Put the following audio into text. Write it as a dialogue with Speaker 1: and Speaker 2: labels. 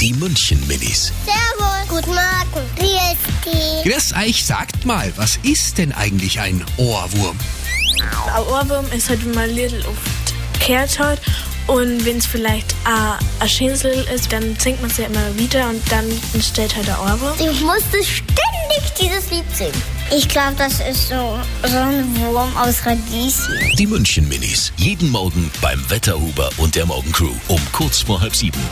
Speaker 1: Die München Minis.
Speaker 2: Servus. Guten Morgen. Wie ist die?
Speaker 1: Chris Eich, sagt mal, was ist denn eigentlich ein Ohrwurm?
Speaker 3: Ein Ohrwurm ist halt, wenn man Lidl oft kehrt hat. Und wenn es vielleicht ein ein Schinsel ist, dann singt man es ja immer wieder und dann entsteht halt der Ohrwurm.
Speaker 2: Ich musste ständig dieses Lied singen. Ich glaube, das ist so, so ein Wurm aus Radieschen.
Speaker 1: Die München Minis. Jeden Morgen beim Wetterhuber und der Morgencrew um kurz vor halb sieben.